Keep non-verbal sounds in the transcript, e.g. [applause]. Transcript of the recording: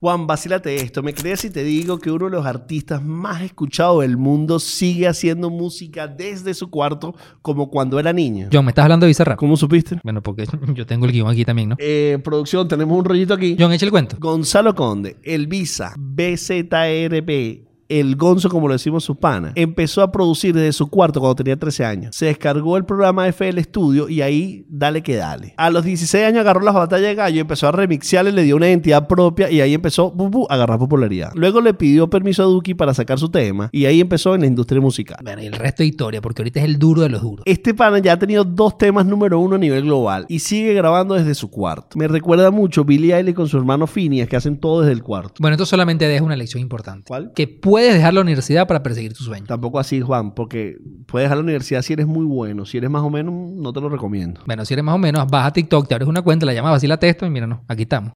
Juan, vacílate esto. ¿Me crees si te digo que uno de los artistas más escuchados del mundo sigue haciendo música desde su cuarto como cuando era niño? John, ¿me estás hablando de Bizarrap? ¿Cómo supiste? Bueno, porque [laughs] yo tengo el guión aquí también, ¿no? Eh, producción, tenemos un rollito aquí. John, echa el cuento. Gonzalo Conde, el Visa, BZRP, el Gonzo, como lo decimos sus panas, empezó a producir desde su cuarto cuando tenía 13 años. Se descargó el programa FL Studio y ahí dale que dale. A los 16 años agarró las batallas de gallo, empezó a remixearle, le dio una identidad propia y ahí empezó bu, bu, a agarrar popularidad. Luego le pidió permiso a Duki para sacar su tema y ahí empezó en la industria musical. Bueno, y el resto de historia, porque ahorita es el duro de los duros. Este pana ya ha tenido dos temas número uno a nivel global y sigue grabando desde su cuarto. Me recuerda mucho Billie Eilish con su hermano Phineas que hacen todo desde el cuarto. Bueno, esto solamente deja una lección importante. ¿Cuál? Que puedes dejar la universidad para perseguir tu sueño. Tampoco así, Juan, porque puedes dejar la universidad si eres muy bueno. Si eres más o menos, no te lo recomiendo. Bueno, si eres más o menos, vas a TikTok, te abres una cuenta, la llamas, así la texto y mira, no, aquí estamos.